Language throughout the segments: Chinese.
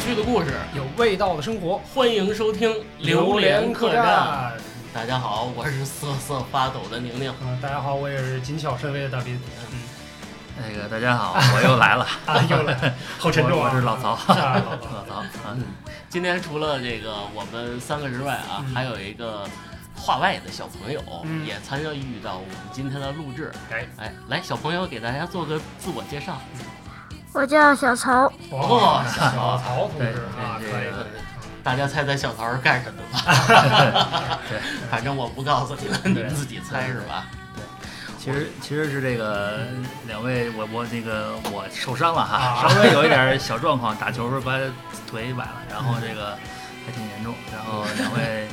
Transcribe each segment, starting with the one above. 趣的故事，有味道的生活，欢迎收听《榴莲客栈》。。大家好，我是瑟瑟发抖的宁宁。嗯，大家好，我也是谨小慎微的大斌。那个哎大家好，我 又来了，啊，又来， 好沉重啊！我是 老曹啊老 老曹，曹啊，嗯今天除了这个我们三个之外啊，嗯还有一个话外的小朋友、嗯也参与到我们今天的录制。哎，哎，来，小朋友给大家做个自我介 绍。我叫小曹，哦老曹同对志啊，可对以对可以对可以。大家猜猜小曹是干什么的吧？ 反正我不告诉你们，你们自己猜是吧？其实其实是这个两位，我我那个我受伤了啊哈，稍微有一点小状况，打球时候把腿崴了，然后这个还挺严重，然后两位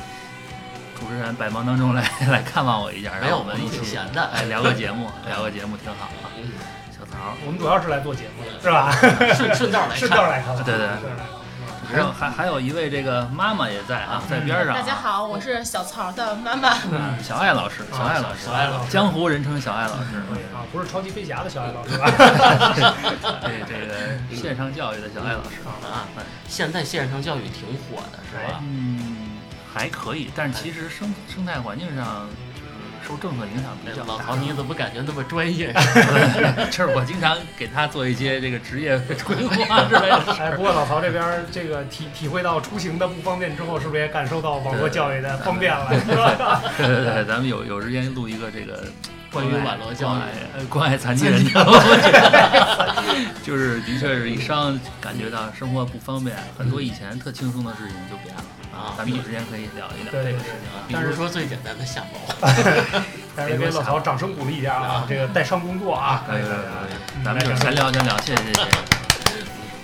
主持人百忙当中来 来看望我一下，没然有，后我我们们一挺起闲的。哎聊个节目，聊个节目挺好啊，嗯，小曹。我们主要是来做节目的，是 吧？顺顺道来顺看。道来看的，对对对顺道来看的还有还还有一位这个妈妈也在啊，在边上啊。大家好，我是小曹的妈妈。啊，小爱老师，小爱老师哦小，爱老师江湖人称小爱老师，啊，不是超级飞侠的小爱老师 吧？ 对这个线上教育的小爱老师。啊，现在线上教育挺火的，是吧？哎嗯，还可以，但是其实生生态环境上就是受政策影响比较老大。曹，你怎么感觉那么专 业？就是我经常给他做一些这个职业规划之类的事哎，儿不。过老曹这边儿这个体体会到出行的不方便之后，是不是也感受到网络教育的方便了？是吧？对对对，咱们有有时间录一个这个关于网络教育关爱，呃关爱残疾人的，我觉得就是的确是一上感觉到生活不方便，很多以前特轻松的事情就变了啊咱们有时间可以聊一聊对这对个对事情啊。比如说最简单的下楼，大家给老曹掌声鼓励一下啊！这个带伤工作啊，可以可以对可以，咱们就闲聊闲聊，谢谢谢谢。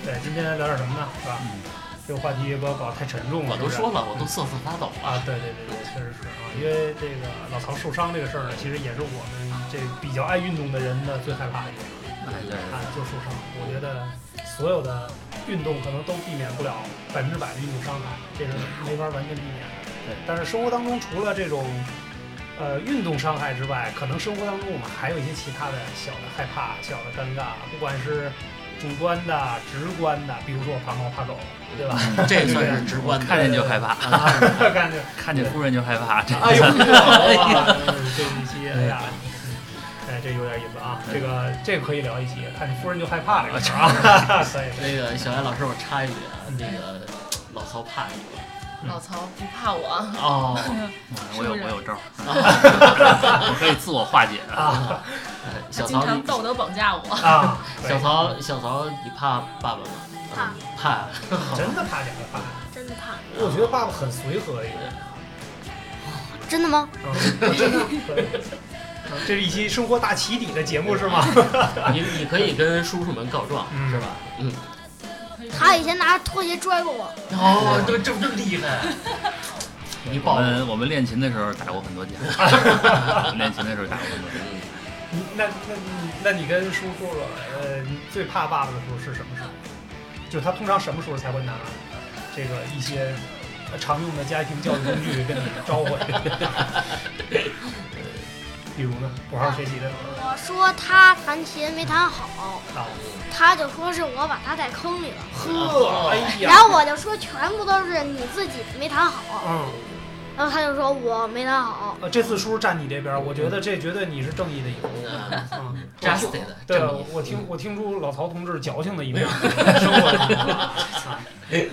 对，今天聊点什么呢？是吧？嗯这个话题不要搞得太沉重了，我都是说不了，我都瑟瑟发抖是了。啊，对对对对，确实是啊，因为这个老曹受伤这个事儿呢，其实也是我们这比较爱运动的人的最害怕的一个事儿哎对，啊，就受伤。我觉得所有的运动可能都避免不了百分之百的运动伤害，这是没法完全避免的。对，但是生活当中除了这种。呃，运动伤害之外，可能生活当中我们还有一些其他的小的害怕、小的尴尬，不管是主观的、直观的，比如说我怕猫怕狗，对吧？嗯 这算是直观的。啊看见就害怕，感觉， 看见夫人就害怕，这 哎呦，这一期，哎呀，哎，这有点意思啊，这个这个可以聊一期，看见夫人就害怕这个事儿 啊，可以，那个小艾老师，我插一句啊，那个老曹怕你了。老曹不怕我，哦，我有是不是我有招儿，我 可以自我化解。 啊他 小经曹，常你道德绑架我。啊，小曹，小曹，你怕爸爸吗？啊嗯怕， 怕。真的怕两个爸，真的怕？我觉得爸爸很随和一个人，真的吗？真的。嗯这是一期生活大起底的节目是吗？你你可以跟叔叔们告状，嗯是吧？嗯。他以前拿拖鞋拽过我，哦，这这么厉害。你我保护们我们练琴的时候打过 很多架，我们练琴的时候打过很多架。你嗯那那你那你跟叔叔呃，你最怕爸爸的时候是什么时候？就是他通常什么时候才会拿呃这个一些呃常用的家庭教育工具跟你招呼？比如呢，不好好学习的时候我说他弹琴没弹好，啊，他就说是我把他带坑里了，呵，哎呀，然后我就说全部都是你自己没弹好，嗯。然后他就说我没弹好，呃，这次叔叔站你这边儿，我觉得这绝对你是正义的一方。嗯嗯， Justice，对啊正义，哎我听我听出老曹同志矫情的一面儿， 生活 当中啊，嗯啊可以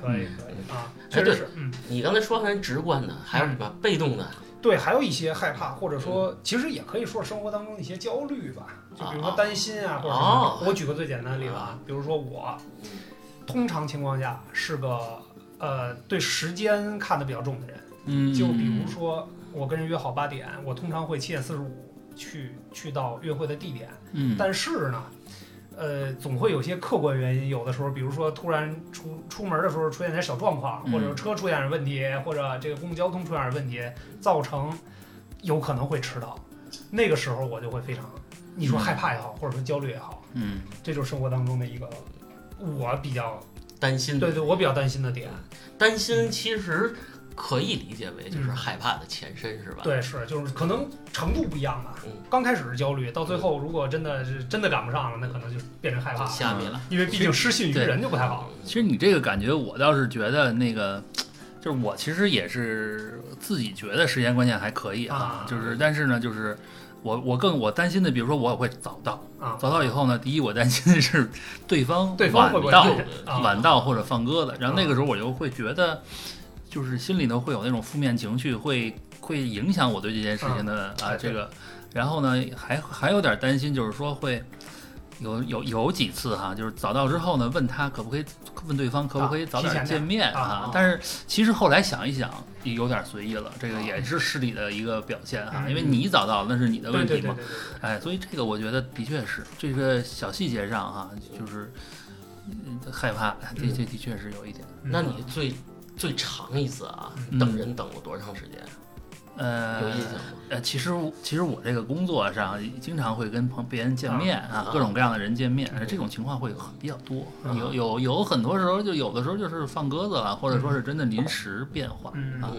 可以啊，确实是，嗯。你刚才说还是直观的，还有什么被动的？对，还有一些害怕，或者说，其实也可以说生活当中的一些焦虑吧，就比如说啊担心啊，或者什哦么。我举个最简单的例子啊啊，比如说我，通常情况下是个呃对时间看得比较重的人，嗯，就比如说我跟人约好八点，我通常会七点四十五去去到约会的地点，嗯，但是呢。呃，总会有些客观原因，有的时候，比如说突然出出门的时候出现点小状况，嗯或者车出现点问题，或者这个公共交通出现点问题，造成有可能会迟到。那个时候我就会非常，你说嗯害怕也好，或者说焦虑也好，嗯，这就是生活当中的一个我比较担心的嗯对对，我比较担心的点。担心其实可以理解为就是嗯害怕的前身，是吧？，对，是就是可能程度不一样吧嗯。刚开始是焦虑，到最后如果真的是真的赶不上了，那可能就变成害怕就了，虾米了。因为毕竟失信于对人就不太好。其实你这个感觉，我倒是觉得那个，就是我其实也是自己觉得时间观念还可以啊就是但是呢，就是我我更我担心的，比如说我也会早到，啊早到以后呢，第一我担心的是对方对方会不晚会到，啊晚到或者放鸽子，然后那啊个时候我就会觉得，就是心里头会有那种负面情绪，会会影响我对这件事情的哎啊对这个，然后呢还还有点担心，就是说会有有有几次哈，就是早到之后呢，问他可不可以问对方可不可以啊早提前点点见面啊啊啊，但是其实后来想一想也有点随意了，这个啊也是失礼的一个表现哈，嗯因为你早到那是你的对问对题对对嘛，对对，哎，所以这个我觉得的确是这个小细节上哈、就是嗯害怕，的嗯确的确是有一点。那你最最长一次啊嗯，等人等过多长时间？有呃印象吗？呃，其实我其实我这个工作上经常会跟朋别人见面啊，啊各种各样的人见面，嗯这种情况会很比较多。啊有有有很多时候就有的时候就是放鸽子了，或者说是真的临时变化嗯啊。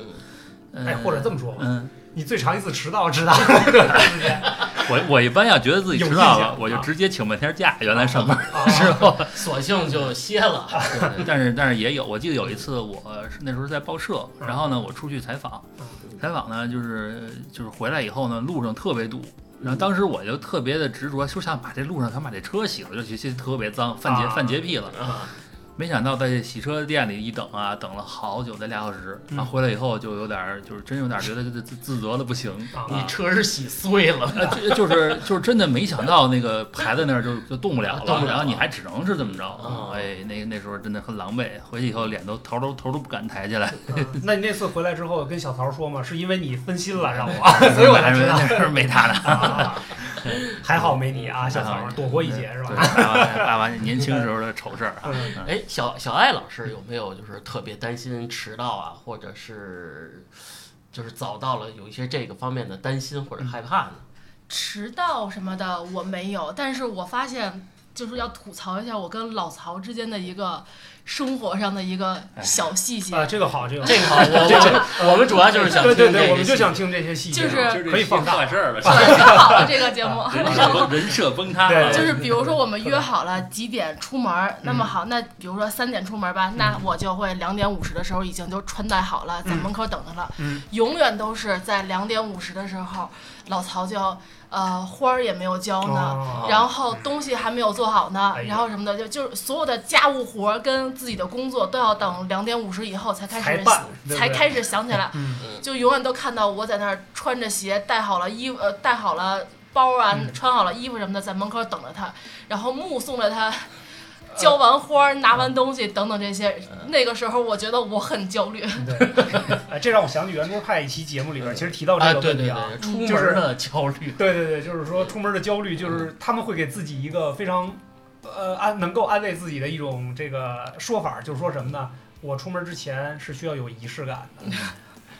嗯，呃哎，或者这么说吧，嗯，你最长一次迟到迟 到了多长时间？我我一般要觉得自己有迟到印了象，我就啊直接请半天假，原来上班 啊之后索性就歇了。对但是但是也有，我记得有一次我是那时候在报社，然后呢我出去采访，嗯采访呢就是就是回来以后呢路上特别堵。然后当时我就特别的执着，就想把这路上想把这车洗了，就其实特别脏，犯洁啊犯洁癖了。啊没想到在这洗车店里一等啊，等了好久，才俩小时。嗯然后回来以后就有点儿，就是真有点儿觉得自自自责的不行。啊你车是洗碎了，呃，就就是就是真的没想到那个排在那儿就就动不了了，动不了然后你还只能是这么着，啊哦哎，那那时候真的很狼狈，回去以后脸都头都头都不敢抬起来，嗯那你那次回来之后跟小曹说吗？是因为你分心了让我， 所以我才还迟是到那。时候没他 呢，啊还好没你啊，小还曹好躲过一劫是对吧？爸爸爸爸年轻时候的丑事儿啊，嗯哎，小小艾老师有没有就是特别担心迟到啊，或者是就是早到了有一些这个方面的担心或者害怕呢？ 迟到什么的我没有，但是我发现就是要吐槽一下我跟老曹之间的一个生活上的一个哎小细节，啊，这个好，这个好这个好，我我我们主要就是想对听对这对，个我们就信息想听这些细节， 就是啊可以放大。事儿了，哎很好了这个 节目。人设崩人设崩塌对了，就是比如说我们约好了几点出门儿，那么好，那嗯比如说三点出门儿吧，那我就会两点五十的时候已经就穿戴好了，在嗯门口等着了。嗯永远都是在两点五十的时候，老曹就要呃花儿也没有浇呢。哦然后东西还没有做好呢，哎呀然后什么的，就就是所有的家务活儿跟自己的工作都要等两点五十以后才开才始办，对不对才开始想 起来，嗯就永远都看到我在那儿穿着鞋，带好了衣服，呃，带好了包啊，嗯穿好了衣服什么的，在门口等着他，然后目送着呃他。浇完花儿、拿完东西等等这些，那个时候我觉得我很焦虑。嗯对， 哎，这让我想起圆桌派一期节目里边，其实提到啊，这个对问对题啊对，，出就门是的焦虑，对对对，就是说出门的焦虑，嗯就是他们会给自己一个非常，呃安能够安慰自己的一种这个说法，就是说什么呢？我出门之前是需要有仪式感的，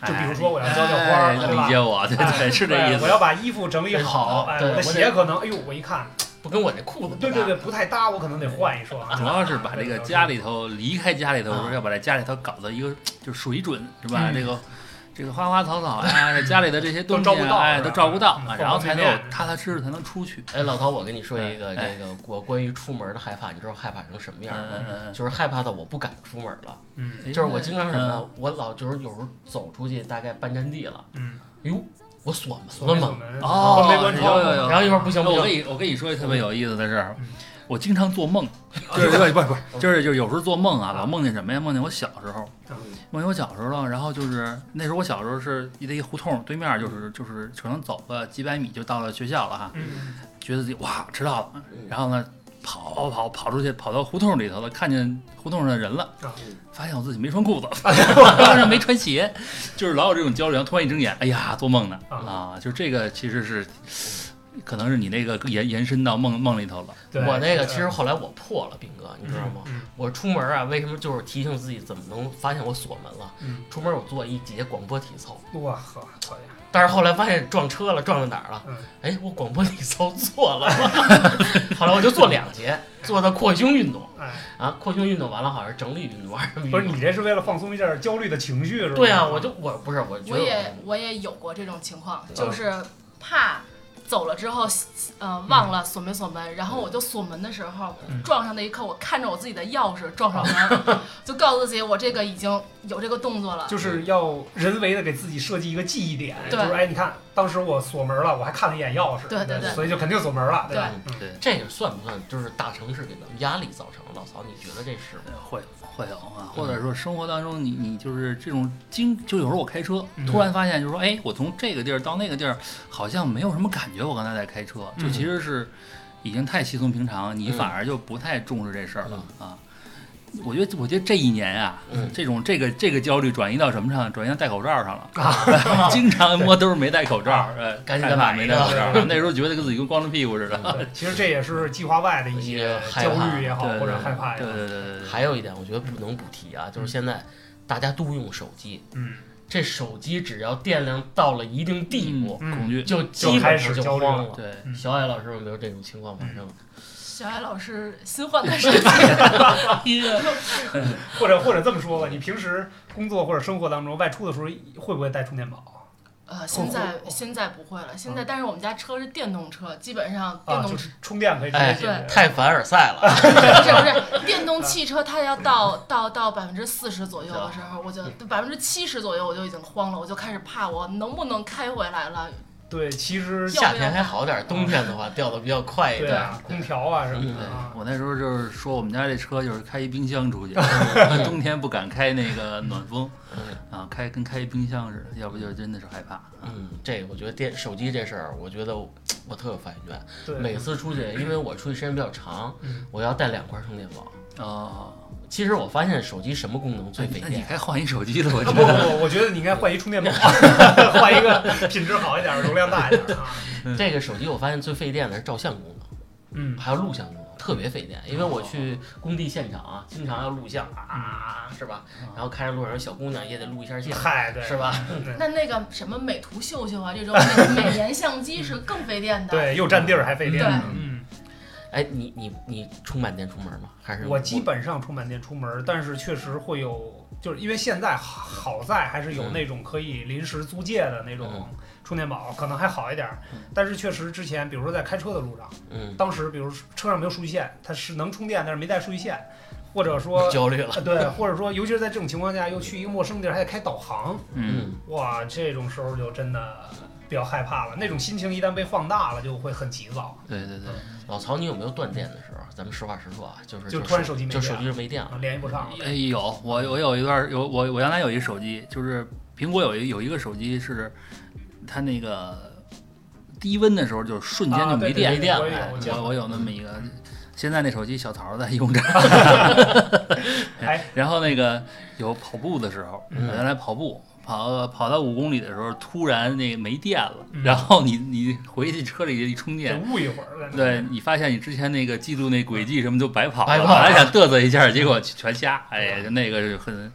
就比如说我要浇浇花嗯哎儿对吧理解我，对对是这意哎我思，要把衣服整理好，哎，对我的我鞋得可能，哎呦，我一看，不跟我这裤子不搭对对对，不太搭，我可能得换一双。啊主要是把这个家里头离开家里头，啊要把这家里头搞到一个就是水准，是吧？嗯这个这个花花草草呀，这家里的这些东西都照顾啊，到哎，是吧都照顾到嗯啊方，然后才方能面有面踏踏实实才能出去。哎，老陶，我跟你说一个哎这个我关于出门的害怕，你知道害怕成什么样嗯吗？嗯嗯就是害怕到我不敢出门了。嗯嗯，就是我经常什么呀，我老就是有时候走出去大概半站地了，嗯，哟，我锁锁门了门嘛，哦，没关嗯窗户有有有。然后一会儿不行不我行跟，你我跟你说一特别有意思的事儿嗯，我经常做梦，就是不是不是不是，就是就是有时候做梦啊，老梦见什么呀？梦见我小时候，梦见我小时候，然后就是那时候我小时候是一在一胡同对面，就是就是可能走个几百米就到了学校了哈，嗯，觉得自己哇迟到了，然后呢跑跑跑出去，跑到胡同里头了，看见胡同上的人了啊，发现我自己没穿裤子，当然没穿鞋，就是老有这种焦虑，然后突然一睁眼，哎呀做梦呢啊啊，就这个其实是可能是你那个延延伸到梦梦里头了。对我那个是其实后来我破了，斌哥，你知道吗？嗯嗯我出门啊，为什么就是提醒自己怎么能发现我锁门了？嗯出门我做一节广播体操，我靠，讨厌，但是后来发现撞车了，撞到哪儿了嗯？哎，我广播体操做了， 后来我就做两节，做的扩胸运动哎，啊，扩胸运动完了好像是整理运动，玩什么运不是动你这是为了放松一下焦虑的情绪是吧？对啊，我就我不是我觉我得也我也有过这种情况，就是怕走了之后，呃，忘了锁没锁门，然后我就锁门的时候撞上那一刻，我看着我自己的钥匙撞上门， 就告诉自己我这个已经有这个动作了。就是要人为的给自己设计一个记忆点，就对是哎，你看当时我锁门了，我还看了一眼钥匙，对对对所以就肯定锁门了，吧？嗯对，这个算不算就是大城市给咱们压力造成？老曹，你觉得这是吗？呃会会有啊，或者说生活当中你你就是这种经，就有时候我开车嗯，突然发现就是说，哎，我从这个地儿到那个地儿，好像没有什么感觉。我刚才在开车，就嗯其实是已经太稀松平常，你嗯反而就不太重视这嗯事儿了啊。我觉得，我觉得这一年啊，嗯这种这个这个焦虑转移到什么上？转移到戴口罩上了。经常摸兜儿没戴口罩，呃，啊赶紧再害怕买没一戴个口罩了。那时候觉得自己跟光着屁股 似的。嗯对其实这也是计划外的一些一些焦虑也好，对或者害怕也对好，对对对对。哎还有一点，我觉得不能不提啊，就是现在大家都用手机，嗯，这手机只要电量到了一定地步，嗯恐惧，就基本上就就开始焦虑慌了。对。嗯小艾老师有没有这种情况发生？小艾老师新换的手机， 一个或者或者这么说吧，你平时工作或者生活当中外出的时候会不会带充电宝？呃，现在现在不会了，现在但是我们家车是电动车，基本上电啊，动就 车。是充电可以直哎接解决，太凡尔赛了， 不是不是，电动汽车它要到到到百分之四十左右的时候，我就百分之七十左右我就已经慌了，我就开始怕我能不能开回来了。对，其实要夏天还好点，冬天的话掉的比较快一嗯对点。啊，空调啊什么对嗯的啊，我那时候就是说我们家这车就是开一冰箱出去，冬天不敢开那个暖风嗯啊，开跟开一冰箱似的，要不就真的是害怕。嗯，这个我觉得电手机这事儿，我觉得我我特有发言权。对，每次出去，因为我出去时间比较长嗯，我要带两块充电宝。哦，其实我发现手机什么功能最费哎那你电？该换一手机了，我啊觉不不得。不，我觉得你应该换一充电宝，换一个品质好一点、容量大一点的啊。这个手机我发现最费电的是照相功能，嗯，还有录像功能，特别费电。因为我去工地现场啊，经常要录像啊，是吧？然后看着路上有小姑娘也得录一下像，嗨，对，是吧？对？那那个什么美图秀秀啊，这种美美颜相机是更费电的。，对，又占地儿还费电对。嗯，哎，你你你充满电出门吗？还是我基本上充满电出门，但是确实会有，就是因为现在好好在还是有嗯那种可以临时租借的那种充电宝，可能还好一点儿嗯。但是确实之前，比如说在开车的路上，嗯当时比如车上没有数据线，它是能充电，但是没带数据线，或者说。焦虑了，啊对，或者说，尤其是在这种情况下，又去一个陌生地儿，还得开导航，嗯，嗯，哇，这种时候就真的比较害怕了。那种心情一旦被放大了，就会很急躁，对对对，老曹，你有没有断电的时候？咱们实话实说啊，就是就就突然手机没就手电机就没电啊了，联系不上。哎有我我有一段有我我原来有一手机，就是苹果有一有一个手机是它那个低温的时候就瞬间就啊对对没电没对电我了也有哎我见我过我有那么一个，现在那手机小桃儿在用着。 哎 然后那个有跑步的时候，我嗯原来跑步跑跑到五公里的时候，突然那没电了，嗯然后你你回去车里一充得电。悟一会儿。在那对，你发现你之前那个记录那轨迹什么都白跑白了，跑本来想嘚瑟一下，结果全瞎，哎，那个是很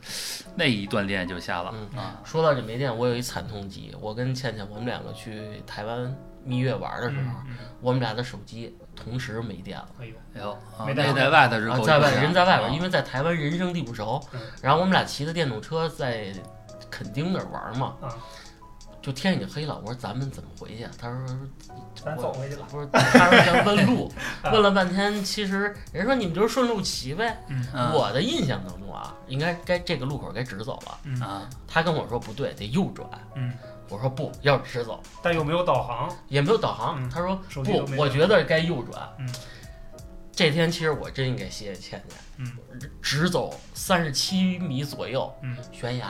那一锻炼就瞎了嗯啊。说到这没电，我有一惨痛记忆。我跟倩倩，我们两个去台湾蜜月玩的时候，嗯嗯我们俩的手机同时没电了。哎呦，哎呦，啊没带那好在外头是啊，够在外呛人在外边，啊因为在台湾人生地不熟嗯，然后我们俩骑着电动车在垦丁那儿玩嘛啊，就天已经黑了。我说咱们怎么回去啊？他说咱走回去了。，不是，他说咱问路 啊问了半天，其实人说你们就是顺路骑呗。嗯我的印象当中啊，应该该这个路口该直走了。啊，他跟我说不对，得右转。嗯，我说不要直走，但又没有导航，也没有导航。嗯他说手机都不没，有我觉得该右转。嗯这天其实我真应该谢谢倩倩。嗯，直走三十七米左右，嗯悬崖。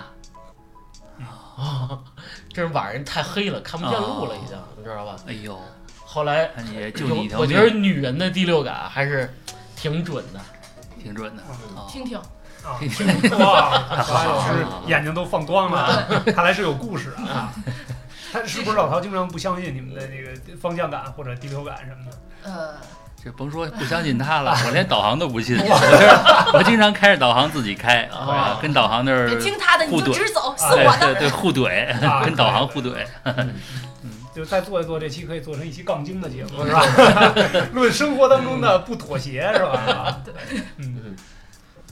啊， 这是晚上人太黑了，看不见路了，已经，你知道吧？哎呦，后来看你有就你一，条我命觉得女人的第六感还是挺准的。挺准的嗯啊。听听，啊，听哇，好 老师眼睛都放光了啊，看来是有故事啊。他是不是老陶经常不相信你们的这个方向感或者第六感什么的？呃，这甭说不相信 他了，我连导航都不信。我就是 我经常开着导航自己开，哦啊，跟导航那儿别哎听他的，你互就怼直走，是啊我对对的。对互怼啊， 跟导航互怼。就再做一做这期，可以做成一期杠精的节目，是吧？ 论生活当中的不妥协，是吧？对，嗯。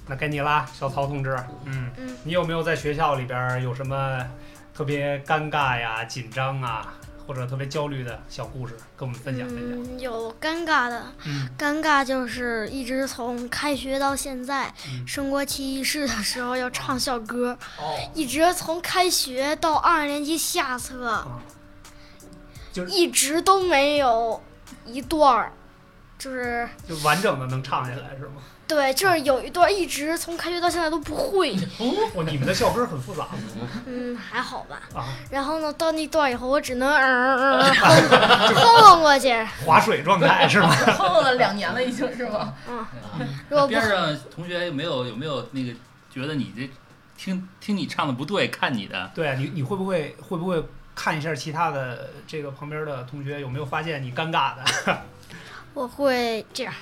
那该你啦，小曹同志。嗯，嗯，你有没有在学校里边儿有什么特别尴尬呀、紧张啊，或者特别焦虑的小故事，跟我们分享分享？嗯，有尴尬的，嗯尴尬就是一直从开学到现在，嗯升国旗仪式的时候要唱校歌，哦，一直从开学到二年级下册，哦啊就是一直都没有一段儿，就是就完整的能唱下来是吗？对，就是有一段儿一直从开学到现在都不会，哦，我你们的校歌很复杂嗯，还好吧。啊，然后呢，到那段儿以后，我只能嗯嗯嗯哼哼哼过去，划水状态 是吗？后了两年了，已经是吗？嗯嗯，如果不边上同学有没有有没有那个觉得你这听听你唱的不对，看你的？对啊，你你会不会会不会看一下其他的这个旁边的同学有没有发现你尴尬的，我会这样，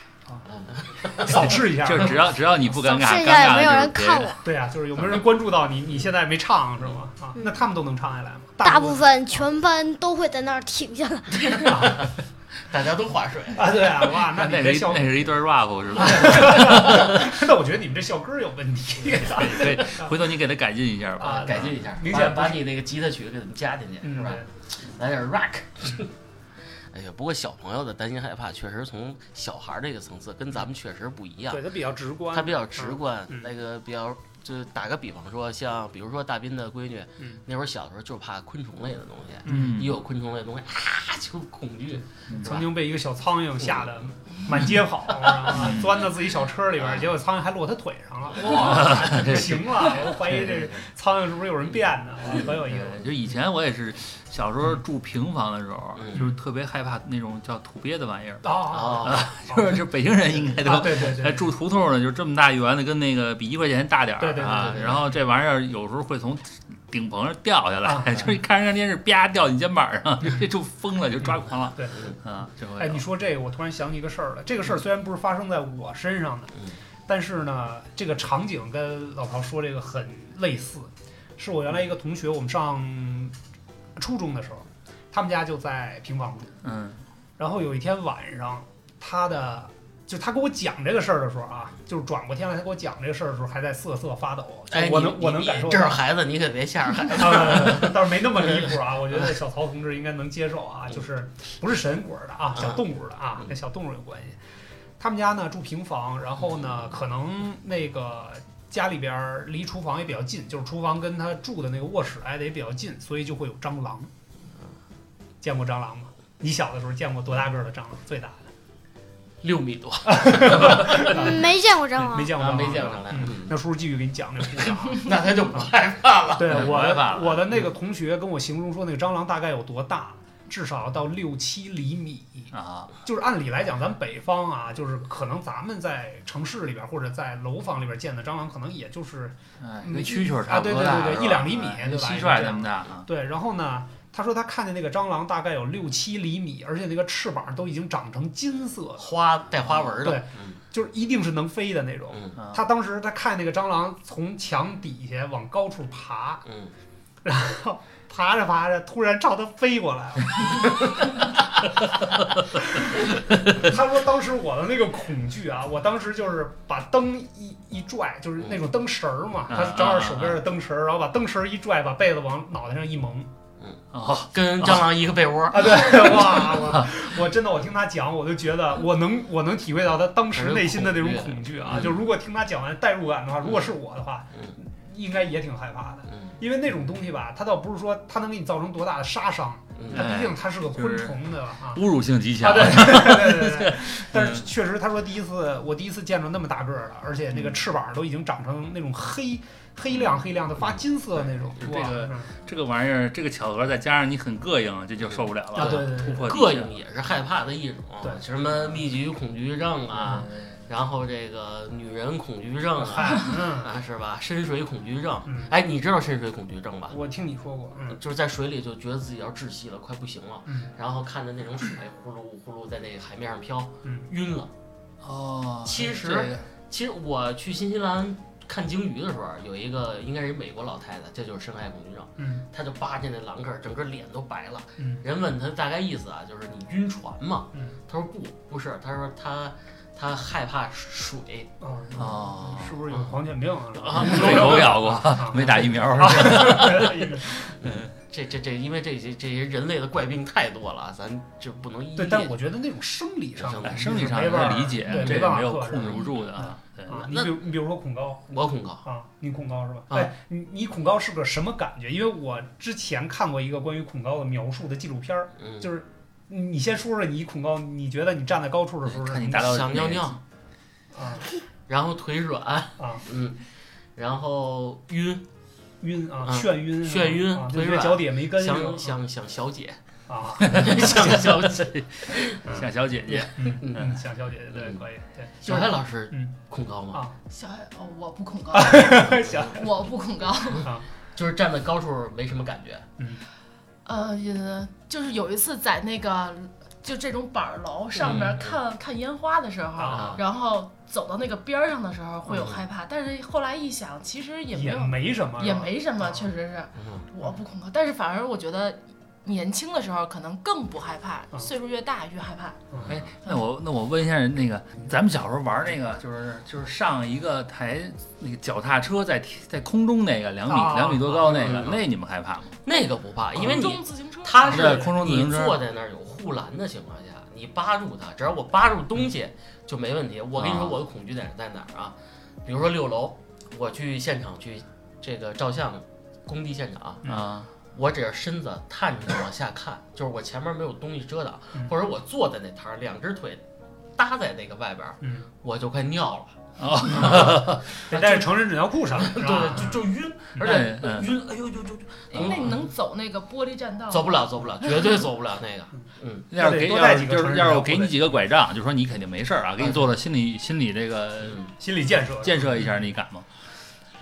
扫视一下。就是只要只要你不尴扫尬，视尴一下有尬的就是没有人别看我。对啊，就是有没有人关注到你？你现在没唱是吗？啊，嗯那他们都能唱下来吗？大部部分全班都会在那儿停下来。 大家都划水，啊，对啊，哇，那你那这是一校那，是一段 rap 是吧？ 那我觉得你们这校歌有问题。可以，回头你给他改进一下吧。啊，改进一下，明把显把你那个吉他曲给他们加进去，嗯是吧？来点 rock。哎呀，不过小朋友的担心害怕，确实从小孩儿这个层次跟咱们确实不一样对，，他比较直观。他比较直观嗯，那个比较。就打个比方说，像比如说大斌的闺女嗯，那会儿小时候就怕昆虫类的东西，嗯，一有昆虫类的东西啊就恐惧，是曾吧？经被一个小苍蝇吓得满街跑，啊钻到自己小车里边，结果苍蝇还落他腿上了。哇，不行了，我怀疑这个苍蝇是不是有人变的？哇很有意思。对，就以前我也是小时候住平房的时候，嗯就是特别害怕那种叫土鳖的玩意儿，啊，啊， 就是就北京人应该都啊对对哎，对，住胡同呢，就这么大圆的，跟那个比一块钱大点儿对对对啊对。对然后这玩意儿有时候会从顶棚上掉下啊来， 就是看着看电视啪掉你肩膀上， 这就疯了，就抓狂了。对啊，这回哎，你说这个，我突然想起一个事儿来。这个事儿虽然不是发生在我身上的嗯，但是呢，这个场景跟老陶说这个很类似。是我原来一个同学，我们上初中的时候，他们家就在平房住。嗯然后有一天晚上，他的就他给我讲这个事儿的时候啊，就是转过天来，他给我讲这个事儿的时候，还在瑟瑟发抖。就哎，我你能我你能感受这是到。孩子，你可别吓着孩子。啊， 倒是没那么离 谱啊，我觉得小曹同志应该能接受啊，就是不是神鬼儿的啊，嗯小动物的啊，跟小动物有关系。他们家呢住平房，然后嗯呢可能那个家里边儿离厨房也比较近，就是厨房跟他住的那个卧室挨得也比较近，所以就会有蟑螂。嗯见过蟑螂吗？你小的时候见过多大个儿的蟑螂？最大的？六米多，嗯没见过蟑没螂，见过啊，蟑螂，没见过上来，嗯嗯那叔叔继续给你讲这故事啊。那他就不害怕了。 对嗯我没办法我的那个同学跟我形容说，那个蟑螂大概有多大，至少要到六七厘米。啊，就是按理来讲，咱北方啊，就是可能咱们在城市里边或者在楼房里边见的蟑螂，可能也就是哎嗯跟蛐蛐儿差不多大，啊对对对对是吧一两厘米哎对吧蟋蟀那么大啊。对。然后呢，他说他看见那个蟑螂大概有六七厘米，而且那个翅膀都已经长成金色了，花带花纹对的，就是一定是能飞的那种。嗯啊他当时他看那个蟑螂从墙底下往高处爬，嗯，爬着爬着，突然朝他飞过 来了。他说当时我的那个恐惧啊，我当时就是把灯一一拽，就是那种灯绳儿嘛，嗯他正好手边的灯绳儿，然后把灯绳儿一拽，把被子往脑袋上一 蒙哦，跟蟑螂一个被窝，啊，对，哇，我我真的我听他讲，我就觉得我能我能体会到他当时内心的那种恐惧啊，嗯就如果听他讲完代入感的话，如果是我的话嗯，应该也挺害怕的，嗯因为那种东西吧，它倒不是说它能给你造成多大的杀伤。嗯它哎毕竟它是个昆虫的啊。侮辱性极啊，强。对对对对 对，但是确实，他说第一次，我第一次见着那么大个儿的，而且那个翅膀都已经长成那种黑黑亮黑亮的，发金色的那种。嗯哇这个嗯这个玩意儿，这个巧合再加上你很膈应，这就受不了啊，了。对对突对，破底膈线应也是害怕的一种，对什么密集恐惧症啊，嗯然后这个女人恐惧症啊，嗯，啊是吧？深水恐惧症嗯，哎，你知道深水恐惧症吧？我听你说过，嗯就是在水里就觉得自己要窒息了，快不行了，嗯然后看着那种水呼噜呼噜在那个海面上飘，嗯晕了。哦，其实这个其实我去新西兰看鲸鱼的时候，有一个应该是美国老太太，这就是深海恐惧症，嗯她就扒着那栏杆儿，整个脸都白了。嗯人问她大概意思啊，就是你晕船嘛？嗯她说不，不是，她说她她害怕 水，哦嗯是不是有狂犬病啊？没有咬过， 啊 没打疫苗。这这这，因为这些这些人类的怪病太多了，啊咱就不能一一对，但我觉得那种生理上的哎生理上没办的法理解，对这没个办法没有克制控制不住的啊。对，啊，你那比如你比如说恐高我恐高，啊，你恐高是吧？啊哎，你你恐高是个什么感觉？因为我之前看过一个关于恐高的描述的纪录片儿，嗯，就是你先说说你恐高，你觉得你站在高处的时候是看你什达到想哪尿个尿，么啊然后腿软，啊嗯，然后晕，晕啊啊眩晕啊眩晕啊，就腿觉得软脚底下没根是吧想嗯想想小 姐， 啊，想小姐。像小姐姐，嗯嗯嗯，想小姐姐对嗯可以对，小艾老师嗯恐高吗？啊小孩哦，我不恐高，想我不恐高。就是站在高处没什么感觉，呃，也就是有一次在那个就这种板儿楼上边嗯看、看烟花的时候，啊然后走到那个边儿上的时候会有害怕，但是后来一想，其实也没也有没什么，也是吧没什么，啊确实是嗯，我不恐高，但是反而我觉得年轻的时候可能更不害怕，啊岁数越大越害怕。哎那我那我问一下人那个，咱们小时候玩那个，就是就是上一个台那个脚踏车在天在空中那个两米啊两米多高那个嗯嗯，嗯那你们害怕吗？那个不怕，因为空你中自行车，他是对空中自你行车坐在那儿有护栏的情况下，你扒住它，只要我扒住东西就没问题。我跟你说啊我的恐惧点在哪儿啊？比如说六楼，我去现场去这个照相工地现场啊，嗯啊，我只要身子探着往下看，就是我前面没有东西遮挡嗯，或者我坐在那摊儿，两只腿搭在那个外边儿，嗯，我就快尿了，哦 得啊带着成人纸尿裤上，是对吧？对，就就晕，而且那嗯晕，哎呦呦呦，哎那你嗯能走那个玻璃栈道吗？走不了，走不了，绝对走不了那个。嗯，要是得给多带要几是个就成是人要是照我给顾你得几个拐杖，就说你肯定没事儿啊，给你嗯做了心理心理这个心理建设建设一下，你敢吗？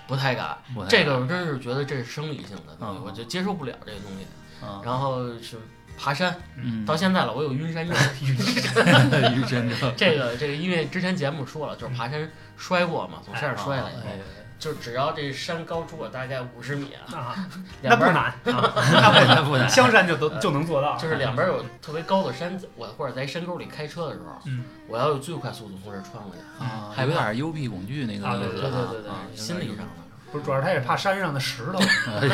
不太敢。我这个我真是觉得这是生理性的东西，嗯我就接受不了这个东西。啊，然后是爬山，嗯，到现在了，我有晕山 症。 是真的，这个这个，因为之前节目说了，就是爬山摔过嘛，从山上摔下来，哎就是只要这山高出我大概五十米，啊，啊，那两不边难，啊 那不难，香山就都就能做到，就是两边有特别高的山，我或者在山沟里开车的时候，嗯我要有最快速度从这儿穿过去。啊，害有怕点幽闭恐惧那个啊对对意思对啊，对对啊对，心理上。的。不是，主要是他也怕山上的石 头，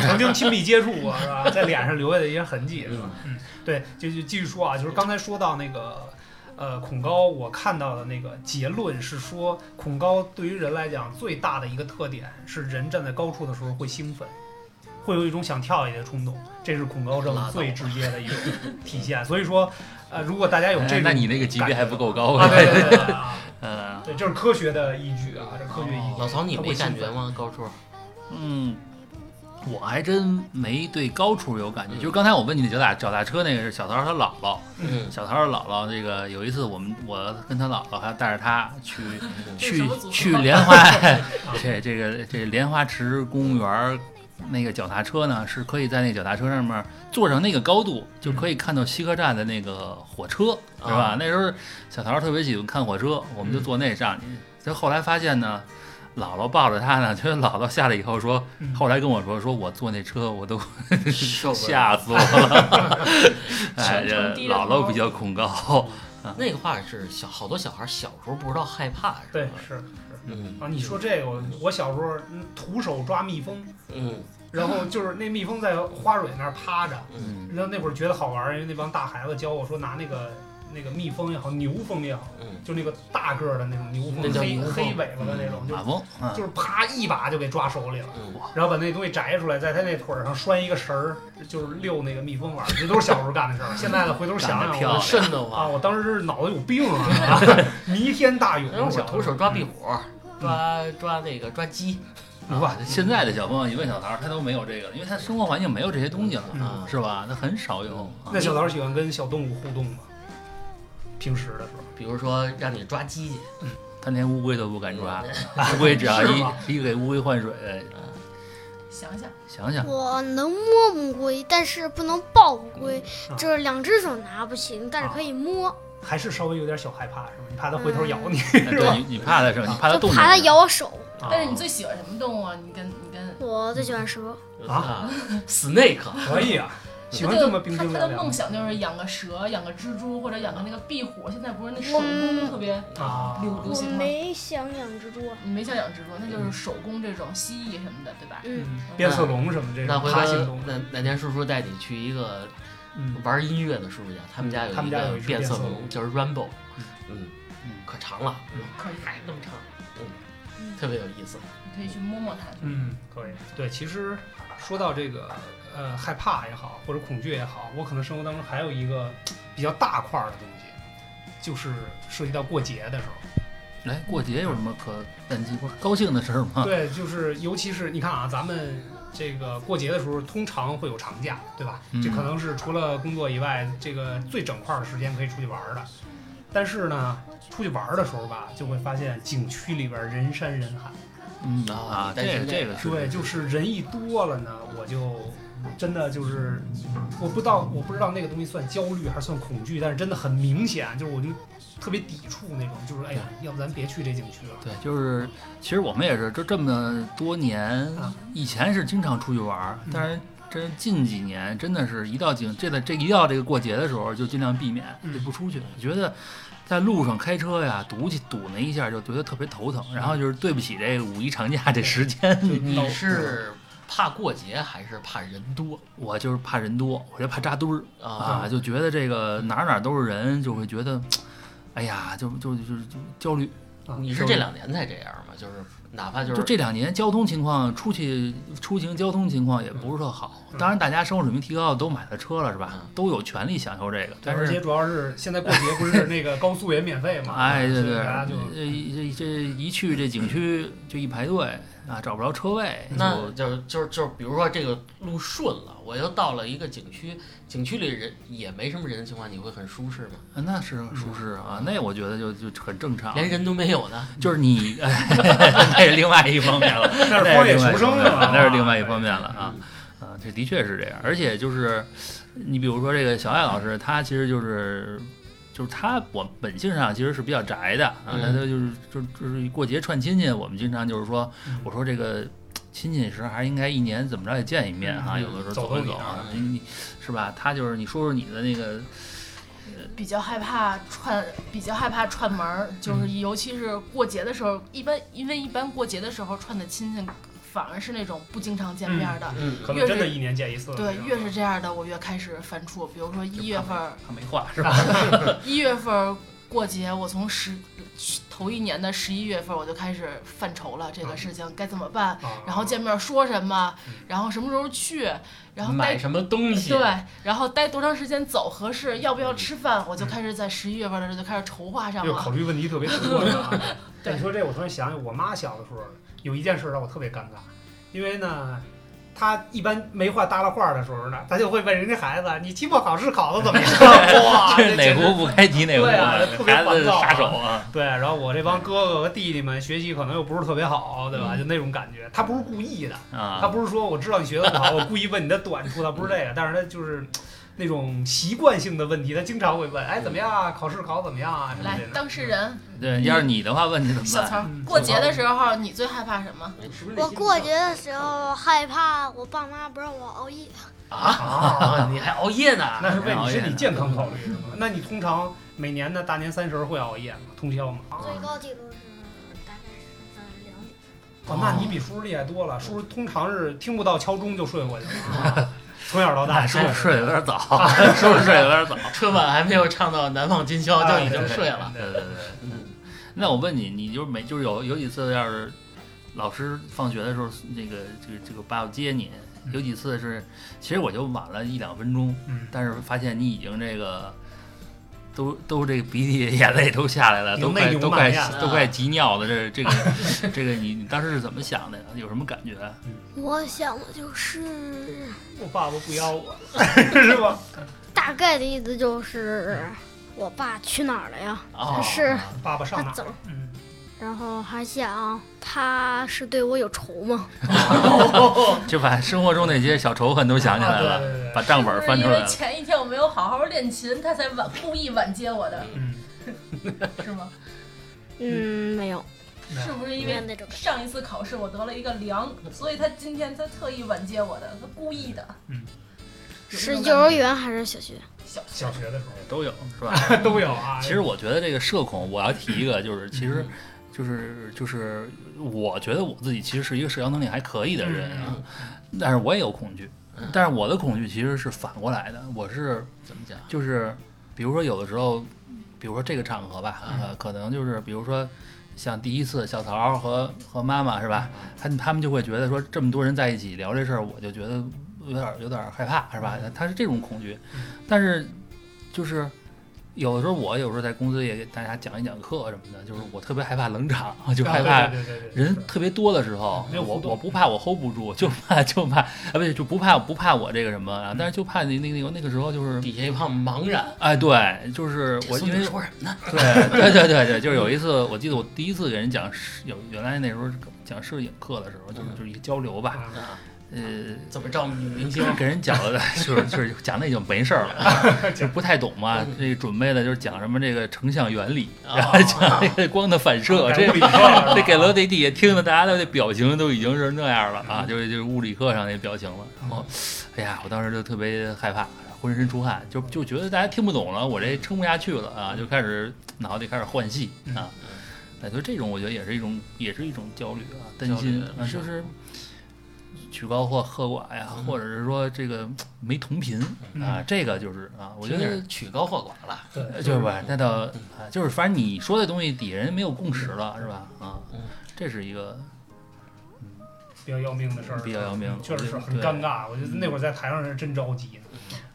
曾经亲密接触过，是吧？在脸上留下的一些痕迹，是吧？嗯，对，就就继续说啊，就是刚才说到那个。呃，恐高，我看到的那个结论是说，恐高对于人来讲最大的一个特点是，人站在高处的时候会兴奋，会有一种想跳下去的冲动，这是恐高症拉倒最直接的一个 体现。所以说，呃，如果大家有这哎种，那你那个级别还不够高啊，对对对对对啊，嗯对，这是科学的依据啊，这科学依据。哦老哦曹，你没感觉吗？高处？ 嗯，我还真没对高处有感觉。就是刚才我问你的脚踏脚踏车那个是小桃儿她姥姥， 嗯，小桃儿姥姥这个有一次我们我跟她姥姥还带着她去这是去什么组合去莲花，这这个这莲花池公园儿那个脚踏车呢，是可以在那个脚踏车上面坐上那个高度，就可以看到西客站的那个火车，是吧啊？那时候小桃儿特别喜欢看火车，我们就坐那上去。就后来发现呢，姥姥抱着她呢，就是姥姥下来以后说，嗯后来跟我说，说我坐那车我都受不了。吓死我了。哎，全程这低着头姥姥比较恐高，那个话是小，好多小孩小时候不知道害怕，是对吧，是嗯啊，你说这个，我我小时候嗯徒手抓蜜蜂，嗯然后就是那蜜蜂在花蕊那儿趴着，嗯然后那会儿觉得好玩儿，因为那帮大孩子教我说拿那个那个蜜蜂也好，牛蜂也好，嗯，就那个大个儿的那种牛那蜂，叫黑牛蜂啊黑尾巴的那种，就马蜂，嗯就是啪一把就给抓手里了。嗯然后把那东西摘出来，在他那腿儿上拴一个绳儿，就是遛那个蜜蜂玩儿，这都是小时候干的事儿。现在的回头想干得想，漂我亮瘆得啊，慌。我当时是脑子有病啊， 弥天大因为勇，我小时候徒手抓壁虎，抓抓那个抓鸡不哇，现在的小朋友一问小桃儿，他都没有这个，因为他生活环境没有这些东西了，嗯啊，是吧？他很少有。啊那小桃喜欢 跟小动物互动吗？平时的时候，比如说让你抓鸡去，啊 他他连乌龟都不嗯 敢抓，乌龟只要是一吗一给乌龟换水，哎想想，想想我能摸乌龟，但是不能抱乌龟嗯，就是两只手拿不行，但是啊可以摸，还是稍微有点小害怕，是吧？你怕它回嗯头咬 你，啊是对吧？你你怕它什么？你怕它就动你怕它咬我手。啊但是你最喜欢什么动物啊？你跟你跟我最喜欢蛇，啊，snake，可以 啊，喜欢他就这么冰冰他凉他的梦凉想就是养个蛇，养个蜘蛛，或者养个那个壁虎。现在不是那手嗯工特别啊，嗯流流我行吗？没想养蜘蛛啊。你没想养蜘蛛，那就是手工这种蜥蜴什么的，对吧？嗯，嗯变色龙什么这那种回爬行动头物，那哪天叔叔带你去一个嗯，玩音乐的叔叔家，他们家有他们一家有个一只变色变色龙，龙就是 Rainbow，嗯嗯嗯，可长了，可以，还那么长，嗯嗯，特别有意思。你可以去摸摸它。嗯，可以。对，其实说到这个，呃，害怕也好，或者恐惧也好，我可能生活当中还有一个比较大块儿的东西，就是涉及到过节的时候。来哎过节有什么可担心？不是高兴的事儿吗？对，就是尤其是你看啊，咱们这个过节的时候，通常会有长假，对吧？嗯这可能是除了工作以外，这个最整块儿的时间可以出去玩儿的。但是呢，出去玩儿的时候吧，就会发现景区里边儿人山人海。嗯啊啊，你担这心个这这个个是对，就是人一多了呢，我就真的就是，我不知道我不知道那个东西算焦虑还是算恐惧，但是真的很明显，就是我就特别抵触那种，就是哎呀，要不咱别去这景区了。对，就是其实我们也是这这么多年啊，以前是经常出去玩儿嗯，但是这近几年真的是一到景这个这一到这个过节的时候就尽量避免，嗯就不出去。觉得在路上开车呀，堵起堵那一下就觉得特别头疼，然后就是对不起这五一长假这时间，就你是怕过节还是怕人多我就是怕人多，我就怕扎堆儿。啊？啊，就觉得这个哪儿哪儿都是人，就会觉得，哎呀，就就就就焦虑。啊你是这两年才这样吗？就是哪怕就就是这两年交通情况，出去出行交通情况也不是特好。嗯当然，大家生活水平提高了，都买了车了，是吧嗯？都有权利享受这个。对，但而且是，主要是现在过节不是那个高速也免费嘛，哎，对所以对，大家就这这这一去这景区就一排队啊，找不着车位，嗯那就是就是就是，比如说这个路顺了，我又到了一个景区，景区里人也没什么人的情况，你会很舒适吗？就那是舒适嗯啊，那我觉得就就很正常。连人都没有呢，就是你， 哎、那是另外一方面了，那是那荒是野另外一求生方面了嘛了，那是另外一方面了嗯嗯啊。啊，这的确是这样，而且就是，你比如说这个小艾老师，他其实就是，就是他我本性上其实是比较宅的啊，嗯他就就是就就是过节串亲戚，我们经常就是说，嗯我说这个亲戚时候还是应该一年怎么着也见一面哈，嗯有的时候走走一动走一啊，你你是吧？他就是你说说你的那个，比较害怕串，比较害怕串门儿，就是嗯尤其是过节的时候，一般因为一般过节的时候串的亲戚，反而是那种不经常见面的。嗯，可能真的一年见一次了。对这，种越是这样的，我越开始犯怵。比如说一月份儿，他没话是吧？一月份儿过节，我从十头一年的十一月份儿我就开始犯愁了，这个事情该怎么办？嗯啊然后见面说什么，然后什么时候去，然后买待什么东西？啊对，然后待多长时间走合适，要不嗯要吃饭，我就开始在十一月份的时候就开始筹划上就考了。虑问题特别多啊。 对哎你说这，我突然想起我妈小的时候有一件事让我特别尴尬，因为呢，她一般没话搭了话的时候呢，她就会问人家孩子：“你期末考试考的怎么 样？”哇，这哪简直壶不开提哪壶啊对啊特别孩子烦躁啊杀手啊！对，然后我这帮哥哥和弟弟们学习可能又不是特别好，对吧？嗯就那种感觉。他不是故意的，啊，他不是说我知道你学的不 好，我故意问你的短处，他不是这个，但是他就是那种习惯性的问题，他经常会嗯问：“哎，怎么样啊？考试考得怎么样啊？”什么来之类，的。当事人对，要是你的话，问题怎么小办？曹嗯，过节的时候你最害怕什么？是不是那我些过节的时候害怕我爸妈不让我熬夜，啊，你还熬夜呢？那是为熬你夜身体呢健康考虑是吗？那你通常每年的大年三十儿会熬夜吗？通宵吗？最高记录是大概是在两点。哦，那你比叔叔厉害多了。叔叔通常是听不到敲钟就睡过去了， 啊从小到大那哎是不是睡得有点早？啊是不是睡得有点早？春晚还没有唱到《难忘今宵》，就已经睡了。对对对。嗯，那我问你，你就是每就是有有几次要是老师放学的时候，那个这个这个爸爸接你，嗯有几次是其实我就晚了一两分钟，嗯，但是发现你已经这个。都都这个鼻涕眼泪都下来了，流都泪快流都满快面了都快急尿了。这这个 这个你你当时是怎么想的？有什么感觉？啊我想的就是我爸爸不要 我，是吧？大概的意思就是，我爸去哪儿了呀？哦，是爸爸上他哪儿走了？嗯，然后还想他是对我有仇吗？就把生活中那些小仇恨都想起来啊对对了对，把账本翻出是不是因来为了。前一天我没有好好练琴，他才晚故意晚接我的，嗯，是吗？嗯，没有，没有是不是因没有为那种感觉。上一次考试我得了一个良，所以他今天他特意晚接我的，他故意的。嗯有是这种感觉，幼儿园还是小学？小小学的时候 都有是吧？都有啊。其实我觉得这个社恐，我要提一个，就是其实，就是就是，我觉得我自己其实是一个社交能力还可以的人嗯啊，但是我也有恐惧，但是我的恐惧其实是反过来的，我是怎么讲？就是，比如说有的时候，比如说这个场合吧，嗯呃，可能就是比如说。像第一次小曹和和妈妈是吧？他他们就会觉得说这么多人在一起聊这事儿，我就觉得有点有点害怕是吧？嗯他是这种恐惧，但是就是有的时候我有时候在公司也给大家讲一讲课什么的，就是我特别害怕冷场，就害啊怕对对对对对人特别多的时候，没有我互动我不怕我 hold 不住，就怕 就怕啊不对，就不怕不怕我这个什么嗯啊，但是就怕那那那个那个时候就是。底下一胖茫然，哎，对，就是我，这因孙子为说什么呢？对对对对对，就是有一次，我记得我第一次给人讲摄，有原来那时候讲摄影课的时候，就是嗯就是一个交流吧，啊啊，呃，怎么照女明星就？是给人讲的，就是就是讲的已经没事儿了，啊 就不太懂嘛。这准备的就是讲什么这个成像原理，啊 然后讲这个 光的反射，这物理课了 这 给楼底底下听的，大家的那表情都已经是那样了啊，就是就是物理课上那表情了。然后，哎呀，我当时就特别害怕，浑身出汗，就就觉得大家听不懂了，我这撑不下去了啊，就开始脑子里开始换戏嗯啊。哎，所以这种我觉得也是一种，也是一种焦虑啊，担心焦虑啊，是就是曲高或和寡呀，嗯或者是说这个没同频啊，这个就是啊，我觉听得着曲高和寡了。对呃就是吧，那倒啊，就是反正你说的东西底下人没有共识了，是吧？啊嗯，这是一个比较要命的事儿，嗯比较要命确实是很对尴尬。我觉得那会儿在台上是真着急，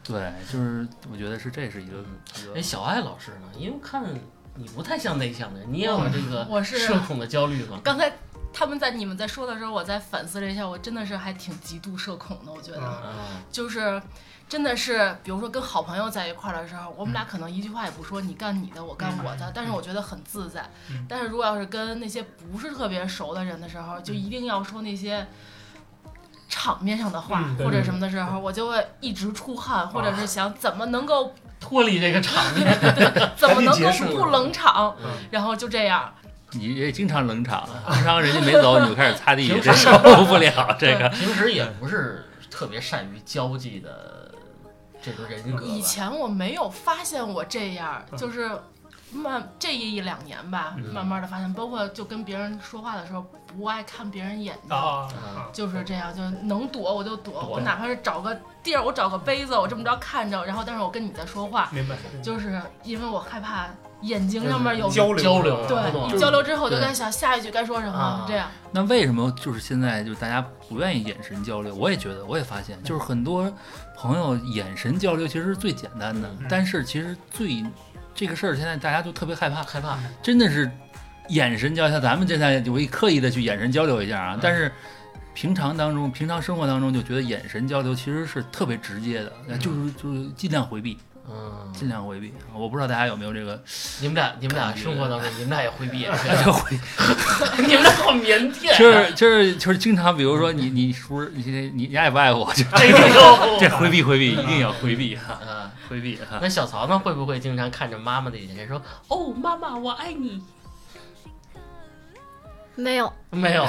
对，就是我觉得是这是一个一哎，个小爱老师呢？因为我看你不太像内向的人，你也有这个我是社恐的焦虑吗？刚才他们在你们在说的时候，我在反思了一下，我真的是还挺极度社恐的。我觉得、嗯啊，就是真的是，比如说跟好朋友在一块儿的时候，我们嗯俩可能一句话也不说，你干你的，我干我的，但是我觉得很自在嗯。但是如果要是跟那些不是特别熟的人的时候，嗯就一定要说那些。场面上的话嗯对或者什么的时候，我就会一直出汗，或者是想怎么能够脱离这个场面，怎么能赶紧结束够不冷场嗯，然后就这样，你也经常冷场，啊经常人家没走你就开始擦地，这受不了这个。平时也不是特别善于交际的这种人格吧。以前我没有发现我这样儿，嗯就是慢这一两年吧，嗯慢慢的发现，包括就跟别人说话的时候不爱看别人眼睛。啊啊嗯就是这样，就能躲我就躲，躲我哪怕是找个地儿，我找个杯子，我这么着看着，然后但是我跟你在说话，明白，就是因为我害怕眼睛上嗯面有交流交流互动啊对，就一是交流之后我就在想下一句该说什啊么，这样那为什么就是现在就大家不愿意眼神交流？我也觉得，我也发现，就是很多朋友眼神交流其实是最简单的，嗯但是其实最这个事儿现在大家就特别害怕，害怕，真的是眼神交流。像咱们现在就会刻意的去眼神交流一下啊，嗯但是平常当中、平常生活当中就觉得眼神交流其实是特别直接的，就是就是尽量回避，嗯，尽量回避。我不知道大家有没有这个你们俩，你们俩感觉生活当中，你们俩也回避眼神，这个回你们俩好腼腆啊， 就是就是就是经常，比如说你你是不是你你你爱不爱我？就这个 这回避回避，一定要回避哈，啊。回避哈。那小曹呢？会不会经常看着妈妈的眼神说：“哦，妈妈，我爱你没有，？”没有，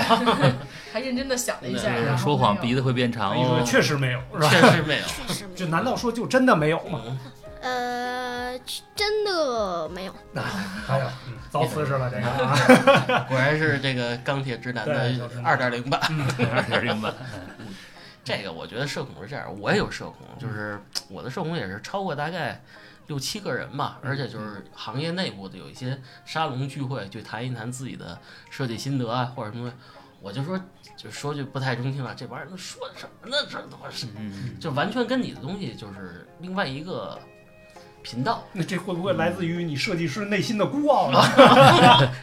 还认真的想了一下，对然后说谎没有鼻子会变长你说哦。哎 确实没有是吧？ 确实没 有。确实没就有。难道说就真的没有吗？呃，真的没有。哎呀，嗯糟姿势了这个啊！果然是这个钢铁直男对的就是二点零版。嗯二点零版，这个我觉得社恐是这样，我也有社恐，就是我的社恐也是超过大概六七个人吧，而且就是行业内部的有一些沙龙聚会，就谈一谈自己的设计心得啊，或者什么。我就说，就说句不太中听了，这帮人都说什么呢？这都是嗯，就完全跟你的东西就是另外一个频道，那这会不会来自于你设计师内心的孤傲呢？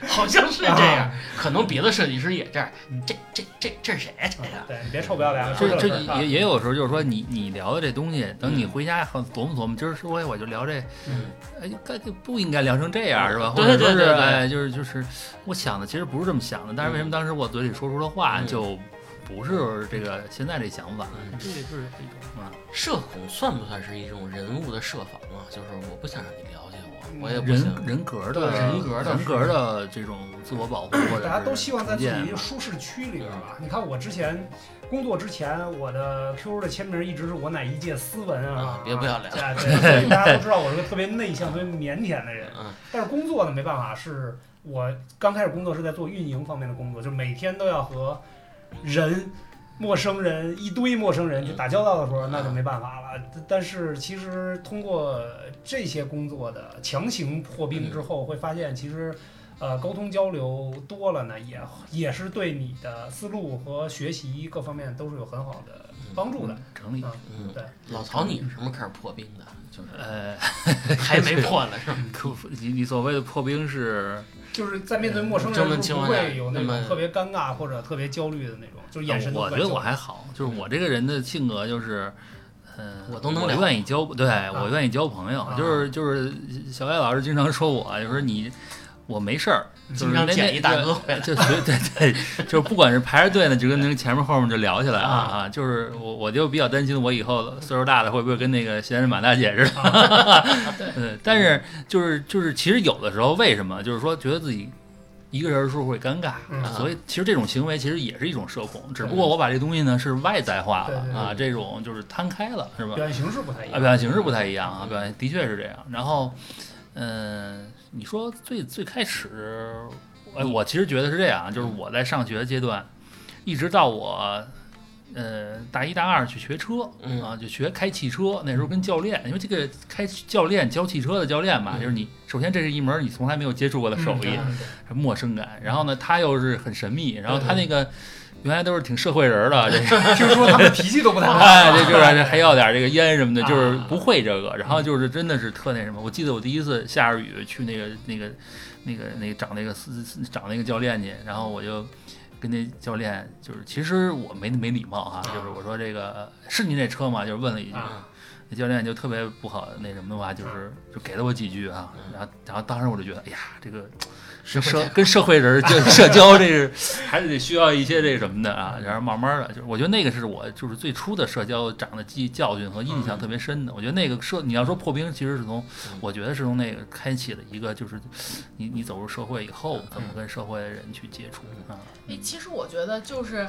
好像是这样，可能别的设计师也这样嗯。这这这这是谁哎呀？这个对，你别臭不要脸了，这说这事儿啊也也有时候就是说你你聊的这东西，等你回家后琢磨琢磨，今儿说哎我就聊这，嗯哎该就不应该聊成这样是吧？或对者说对是对对哎就是就是我想的其实不是这么想的，但是为什么当时我嘴里说出的话嗯就不是这个现在这想法？嗯这就是一种啊社恐算不算是一种人物的设防啊？就是我不想让你了解我，我也不人想。人格的对人格的人格的这种自我保护，或者大家都希望在自是重己建舒适区里边儿吧。你看我之前工作之前，我的 Q 的签名一直是我乃一介斯文啊啊，别不要脸对对，所以大家都知道我是个特别内向、特别腼腆的人。嗯但是工作呢，没办法，是我刚开始工作是在做运营方面的工作，就每天都要和人、陌生人一堆陌生人去打交道的时候，嗯那就没办法了。嗯但是其实通过这些工作的强行破冰之后，会发现其实。呃，沟通交流多了呢，也也是对你的思路和学习各方面都是有很好的嗯帮助的。整理啊嗯对，老曹，你是什么开始破冰的？ 就是呃，还没破呢，是吧？可你你所谓的破冰是就是在面嗯对陌生这么人的时候，情不况下会有那那么种特别尴尬或者特别焦虑的那种，就是眼神都呃我不觉敢得交我流还好，就是我这个人的性格就是，嗯、我都能我聊愿意交，对、我愿意交朋友，啊就是就是小艾老师经常说我，就说你我没事儿，就是经常那捡那一大哥回来。就随对对，就是不管是排着队呢，就跟那个前面后面就聊起来啊啊啊，就是我我就比较担心我以后岁数大了会不会跟那个闲人马大姐似的，啊 嗯，但是就是就是其实有的时候为什么就是说觉得自己一个人的时候会尴尬，啊嗯所以其实这种行为其实也是一种社恐，只不过我把这东西呢是外在化对对了对啊，这种就是摊开了是吧？表现形式不太一啊，样。表现形式不太一样啊，表现的确是这样。然后，嗯、你说最最开始，哎，我其实觉得是这样，啊就是我在上学阶段，一直到我，呃，大一大二去学车嗯啊，就学开汽车。那时候跟教练，因为这个开教练教汽车的教练嘛，嗯就是你首先这是一门你从来没有接触过的手艺，嗯陌生感。然后呢，他又是很神秘，然后他那个。原来都是挺社会人儿的，这 个听说他们脾气都不太啊好。哎，这就是还要点这个烟什么的，就是啊不会这个，然后就是真的是特那什么。我记得我第一次下着雨去那个那个那个那个找那个司司找那个教练去，然后我就跟那教练就是，其实我没没礼貌哈、啊就是我说这个是您这车吗？就是问了一句。啊那教练就特别不好，那什么的话，就是就给了我几句啊，嗯然后然后当时我就觉得，哎呀，这个社社跟社会人儿就社交这是还是得需要一些这什么的啊，然后慢慢的，就是我觉得那个是我就是最初的社交长的记教训和印象特别深的。我觉得那个社你要说破冰，其实是从嗯我觉得是从那个开启了一个就是你你走入社会以后怎么跟社会人去接触啊，哎，其实我觉得就是。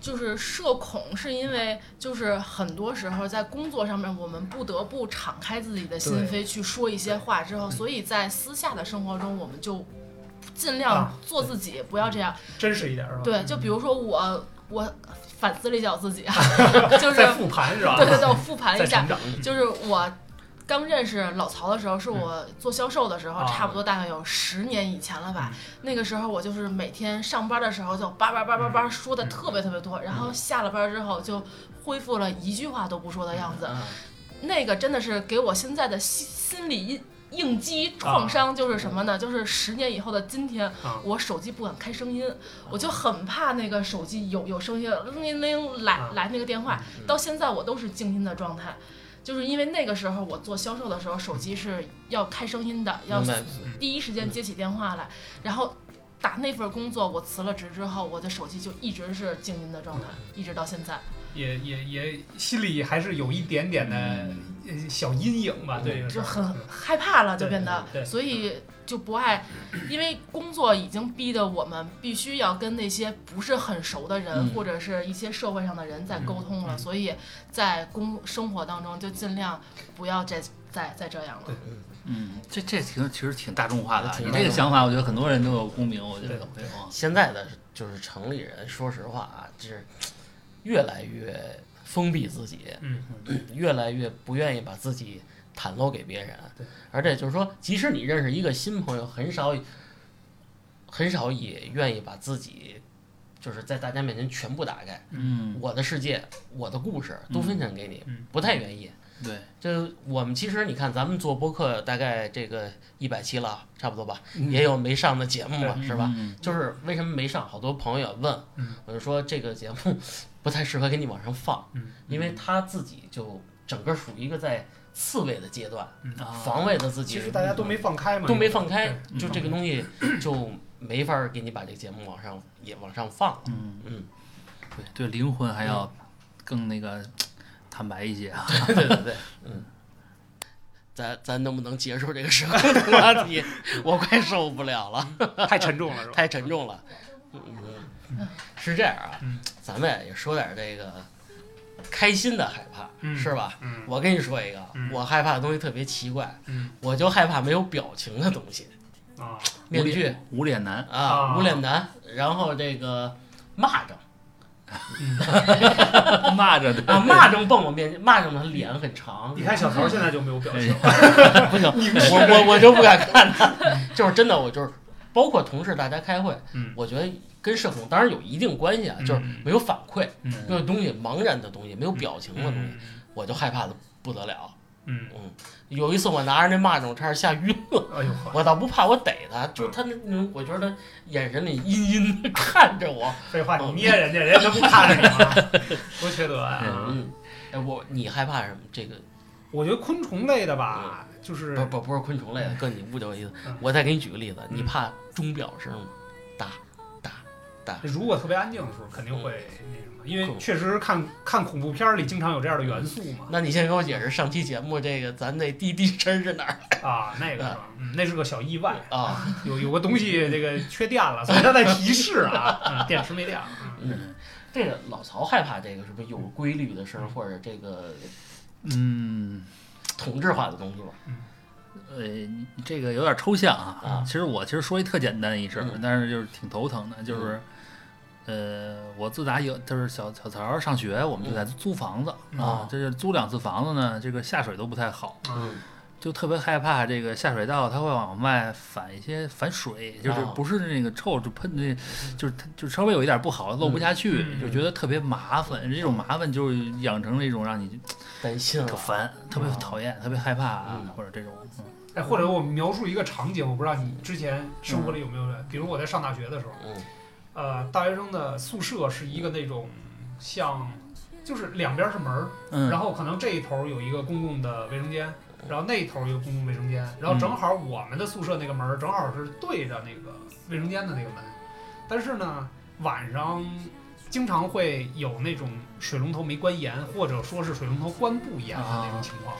就是社恐，是因为就是很多时候在工作上面，我们不得不敞开自己的心对扉去说一些话之后，所以在私下的生活中，我们就尽量啊做自己，不要这样。 真实一点是吧？嗯对，就比如说我，我反思了一下我自己啊， 就是在复盘是吧？对对对，我复盘了在一下成，长。就是我刚认识老曹的时候，是我做销售的时候，啊差不多大概有十年以前了吧。那个时候我就是每天上班的时候就叭叭叭叭叭说的特别特别多，然后下了班之后就恢复了一句话都不说的样嗯子。那个真的是给我现在的心心理应应激创伤就是什么呢？就是十年以后的今天啊，我手机不敢开声音，我就很怕那个手机有有声音铃铃铃来啊来那个电话。到现在我都是静音的状态，就是因为那个时候我做销售的时候，手机是要开声音的，要明白第一时间接起电话来，然后。打那份工作，我辞了职之后，我的手机就一直是静音的状态，一直到现在。也也也心里还是有一点点的呃小阴影吧，对这个事就儿，很害怕了，嗯就对变得对，对所以就不爱，因为工作已经逼得我们必须要跟那些不是很熟的人、嗯或者是一些社会上的人在沟通嗯了，所以在工生活当中就尽量不要再再再这样了对。嗯，这这挺其实挺大众化的啊，挺你大这个众想法我觉得很多人都有共鸣，我觉得对会有啊现在的就是城里人，说实话啊，就是越来越封闭自己，嗯，越来越不愿意把自己袒露给别人对。而且就是说，即使你认识一个新朋友，很少很少也愿意把自己就是在大家面前全部打开。嗯我的世界，我的故事都分享给你，嗯不太愿意。对，这我们其实你看，咱们做播客大概这个一百期了，差不多吧，也有没上的节目嘛，是吧？嗯？就是为什么没上？好多朋友问嗯，我就说这个节目不太适合给你往上放嗯，因为他自己就整个属于一个在刺猬的阶段，嗯啊防卫的自己。其实大家都没放开嘛，都没放开，对嗯就这个东西就没法儿给你把这个节目往上也往上放了。嗯嗯，对对，灵魂还要更那个坦白一些啊。对对对，嗯。咱咱能不能结束这个社会的话题？ 我快受不了了，对，太沉重了是吧？ 太沉重了。嗯，是这样啊嗯，咱们也说点这个开心的害怕，嗯是吧？嗯我跟你说一个，嗯我害怕的东西特别奇怪，嗯我就害怕没有表情的东西，啊，面具。 无脸男，啊，啊无脸男，然后这个蚂 蚱骂着对啊，蚂蚱蹦我面前，蚂蚱它脸很长，你看小曹现在就没有表情，不行，我我我就不敢看 他，就是真的，我就是包括同事大家开会，嗯我觉得跟社恐当然有一定关系啊，嗯就是没有反馈，嗯没有东西茫然的东西，没有表情的东西，嗯我就害怕的不得了。嗯，有一次我拿着那蚂蚱，我差点吓晕了。哎呦呵，我倒不怕，我逮它，就它那种，我觉得眼神里阴阴的 看着我。废话，你捏人家，人家都不看着你吗？多缺德啊呀！嗯，哎我你害怕什么？这个我觉得昆虫类的吧，就是不不不是昆虫类的，哥你误解我意思嗯。我再给你举个例子，嗯你怕钟表声吗？哒哒哒，如果特别安静的时候，肯定会那什么，因为确实看看恐怖片儿里经常有这样的元素嘛。那你先给我解释上期节目这个咱那滴滴声是哪儿啊，那个是吧？嗯，那是个小意外，啊？有有个东西这个缺电了，所以它在提示啊，嗯电池没电了。嗯嗯，这个老曹害怕这个是不是有规律的声儿或者这个嗯，同质化的东西吧？呃，你这个有点抽象啊。啊其实我其实说一特简单一事儿，嗯但是就是挺头疼的，就是。呃，我自打有就是小小曹儿上学，我们就在租房子、嗯啊啊，这就是租两次房子呢，这个下水都不太好，嗯就特别害怕这个下水道它会往外反一些反水，就是哦不是那个臭，就喷那，就是它就稍微有一点不好，漏不下去，嗯就觉得特别麻烦。这种麻烦就是养成了一种让你担心啊特了。烦、特别讨厌、特别害怕啊，嗯或者这种。嗯哎，或者我描述一个场景，我不知道你之前生活里有没有，比如我在上大学的时候，嗯呃，大学生的宿舍是一个那种像，就是两边是门儿，嗯，然后可能这一头有一个公共的卫生间，然后那一头有公共卫生间，然后正好我们的宿舍那个门儿正好是对着那个卫生间的那个门，但是呢，晚上经常会有那种水龙头没关严，或者说是水龙头关不严的那种情况。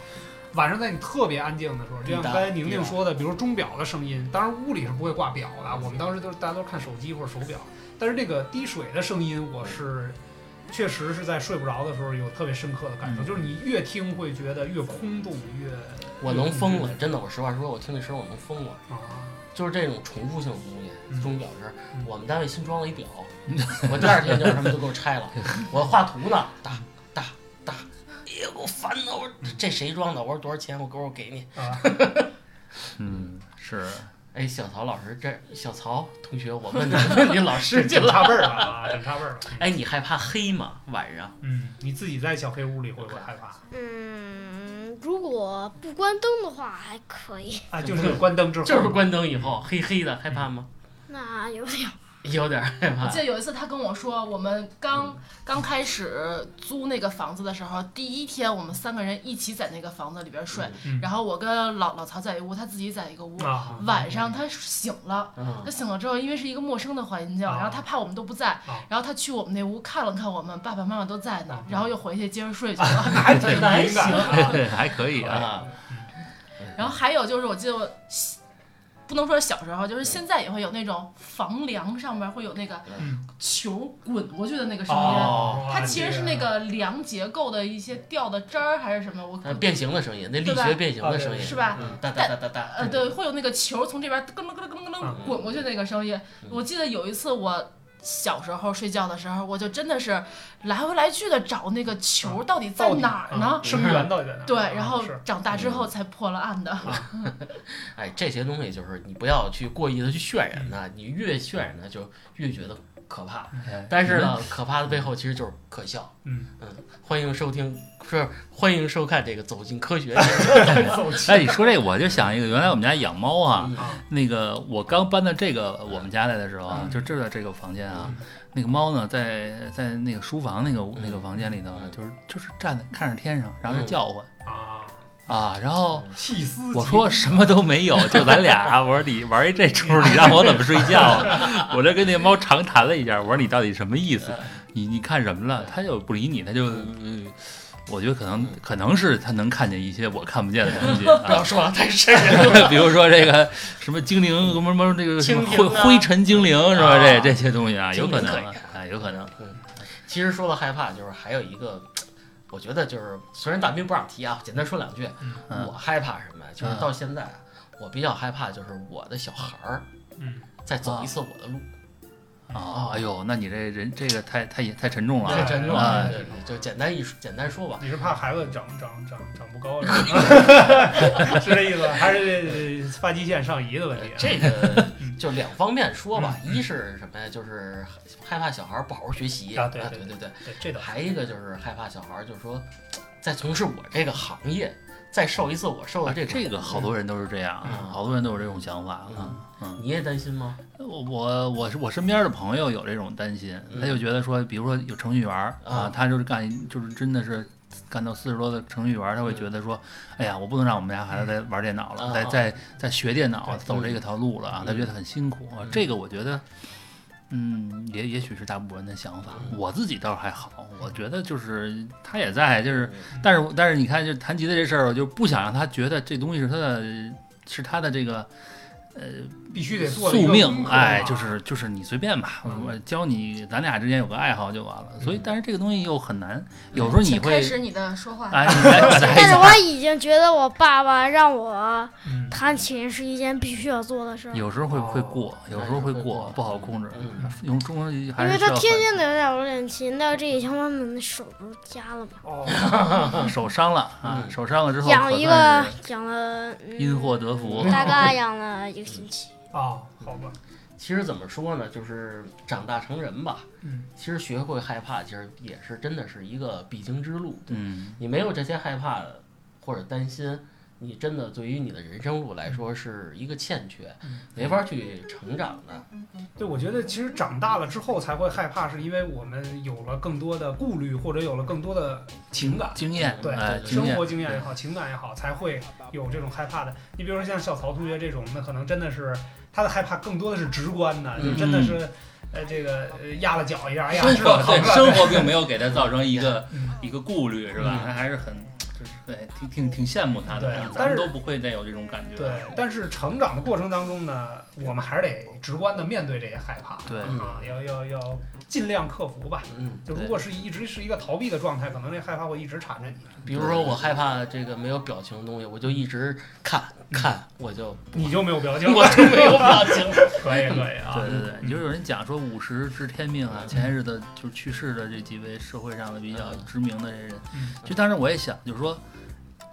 晚上在你特别安静的时候，就像你打刚才宁宁说的，比如钟表的声音，当然屋里是不会挂表的，我们当时都是大家都是看手机或者手表，但是那个滴水的声音，我是确实是在睡不着的时候有特别深刻的感受，嗯就是你越听会觉得越空洞，越我能疯嗯了，真的，我实话说，我听那声儿我能疯了。啊，就是这种重复性的东嗯西，钟表声嗯。我们单位新装了一表，我第二天就是他们都给我拆 了。我画图呢，哒哒哒，哎呦，给我烦的！我说这这谁装的？我说多少钱？我给我给你。啊，嗯是，哎，小曹老师，这小曹同学，我问你问你老师去整了。 差辈儿了啊，整差辈儿了。哎，你害怕黑吗？晚上？嗯，你自己在小黑屋里会不会害怕嗯，如果不关灯的话还可以，啊？就是关灯之后，就是关灯以后黑黑的，害怕吗？那有点有点害我怕记。得有一次他跟我说，我们嗯刚刚开始租那个房子的时候，第一天我们三个人一起在那个房子里边睡，嗯然后我跟老老曹在一屋，他自己在一个屋。啊晚上他醒了，嗯他，醒了之后，因为是一个陌生的环境，啊然后他怕我们都不在啊，然后他去我们那屋看了看我们爸爸妈妈都在呢啊，然后又回去接 着睡去了。还挺敏感的啊。 还可以啊。啊，然后还有就是，我记得我小不能说是小时候，就是现在也会有那种房梁上面会有那个嗯球滚过去的那个声音。哦它其实是那个梁结构的一些掉的渣儿还是什么，我呃变形的声音，那力对吧学变形的声音，是吧？嗯哒哒哒哒哒。呃，对，会有那个球从这边咯楞咯楞咯楞嗯滚过去那个声音。嗯我记得有一次我小时候睡觉的时候，我就真的是来回来去的找那个球到底嗯在到底哪儿啊呢？声源到底在哪儿？对，啊然后是长大之后才破了案的。哎，这些东西就是你不要去过意的去渲染它，你越渲染它就越觉得可怕。哎但是呢，可怕的背后其实就是可笑。嗯欢迎收听，是欢迎收看这个《走进科学》走起哎，你说这个，我就想一个，原来我们家养猫啊，嗯那个我刚搬到这个我们家来的时候啊，嗯就这个这个房间啊，那个猫呢，在在那个书房那个那个房间里头啊，嗯就是就是站在看着天上，然后就嗯叫唤啊！啊，然后细思我说什么都没有，就咱俩，啊我说你玩一这出，你让我怎么睡觉啊？ 我这跟那猫长谈了一下，我说你到底什么意思？你你看什么了？它就不理你，它就，呃我觉得可能可能是它能看见一些我看不见的东西不要啊， 说的太瘆人了。比如说这个什么精灵，什么什么这个什么蜻灰蜓啊灰尘精灵是吧？啊这这些东西啊，有可能精灵啊可以，哎有可能。其实说到害怕，就是还有一个，我觉得就是虽然大兵不让提啊，简单说两句，嗯我害怕什么呀？就是到现在啊，我比较害怕就是我的小孩儿嗯，再走一次我的路，哦，哎呦，那你这人这个太太太沉重了太啊。沉重啊了。对对对就简单一说简单说吧，你是怕孩子长长长长不高，是 吧 是这意思吧？还是这发际线上移的问题？啊这个就两方面说吧，一是什么呀？就是害怕小孩儿不好好学习啊对对对对对。对这倒是还一个就是害怕小孩儿，就是说，在从事我这个行业，再受一次我受的这啊这个，这个好多人都是这样啊，嗯好多人都有这种想法啊嗯。嗯，你也担心吗？我我我是我身边的朋友有这种担心，嗯他就觉得说，比如说有程序员儿啊啊，他就是干就是真的是干到四十多的程序员儿，他会觉得说，哎呀，我不能让我们家孩子再玩电脑了，嗯啊再啊再再学电脑对走这个条路了啊，嗯他觉得很辛苦啊嗯。这个我觉得，嗯，也也许是大部分人的想法，嗯我自己倒是还好，我觉得就是他也在，就是嗯但是但是你看，就弹吉他这事儿，我就不想让他觉得这东西是他的是他的这个。必须得做的一宿个命功，课哎，啊就是就是你随便吧，嗯我教你，咱俩之间有个爱好就完了。所以，嗯但是这个东西又很难，有时候你请会开，始你的说话。哎，你来表 达一但是下。我已经觉得我爸爸让我嗯弹琴是一件必须要做的事儿，有时候会会过，有时候会过嗯，不好控制。嗯用中文还因是需为他要天天得在我练琴，到这几天我们手不是瞎了吗？哦，很手伤了啊，嗯手伤了之后养可一算个是养了，嗯因祸得福。大概养了一个星期。啊，好吧，其实怎么说呢，就是长大成人吧。嗯，其实学会害怕，其实也是真的是一个必经之路。嗯，你没有这些害怕或者担心，你真的对于你的人生路嗯来说是一个欠缺嗯，没法去成长的。对，我觉得其实长大了之后才会害怕，是因为我们有了更多的顾虑，或者有了更多的情感。经验，对哎，经生验活，经验也好，情感也好，才会有这种害怕的。你比如说像小曹同学这种，那可能真的是他的害怕更多的是直观的，就真的是，呃，这个呃压了脚一下，哎呀，嗯生知道活疼对了。生活并没有给他造成一个嗯一个顾虑，是吧？他还是很，就是对，挺挺挺羡慕他的对啊，咱但们是都不会再有这种感觉。对，但是成长的过程当中呢，我们还是得直观的面对这些害怕对嗯啊，要要要尽量克服吧。嗯，就如果是一直是一个逃避的状态，可能这害怕会一直缠着你。比如说我害怕这个没有表情的东西，我就一直看嗯看，我就你就没有表情，我就没有表 情。可以可以啊。对对对，嗯就是有人讲说五十知天命啊，前些日子就是去世的这几位社会上的比较知名的这些人嗯，就当时我也想，就是说，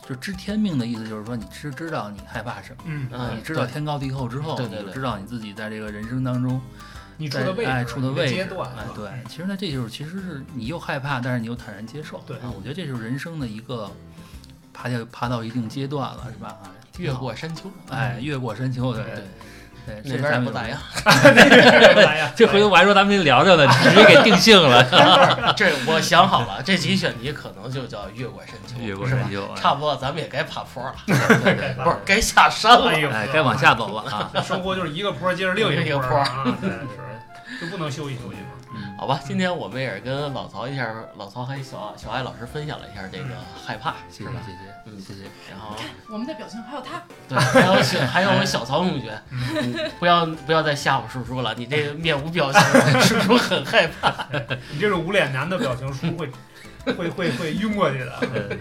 就知天命的意思就是说你知知道你害怕什么，嗯，嗯，你知道天高地厚之后，对你对就对知道你自己在这个人生当中你处在的位置，哎处的位置你阶啊段，哎是吧对，其实呢这就是其实是你又害怕，但是你又坦然接受，对啊我觉得这就是人生的一个爬到爬到一定阶段了，是吧？啊越过山丘，哎越过山丘，对对，对，那这边咱也们不有咋样。 哎呀这回头我还说咱们得聊聊呢，直接给定性了。这我想好了，这集选题可能就叫越过山丘，是吧？丘差不多，咱们也该爬坡了，哎 不是该下山了。哎呦，哎，该往下走了啊。生活 就是一个坡接着另一个坡坡啊，对是就不能休息休息吗？ 嗯好吧，今天我们也是跟老曹一下，老曹还有小小艾老师分享了一下这个害怕，谢是吧？谢，嗯谢谢，谢谢。然 后我们的表情还有他，对，还有小还有我小曹同 学，嗯不要不要再吓唬叔叔了，你这个面无表情，叔叔很害怕。你这种无脸男的表情书会会会会晕过去的。呃，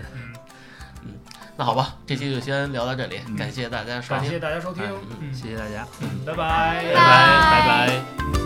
嗯，那好吧，这期就先聊到这里，嗯感谢大家收感听谢。大家收听哎，嗯，谢谢大家，拜拜。拜拜拜。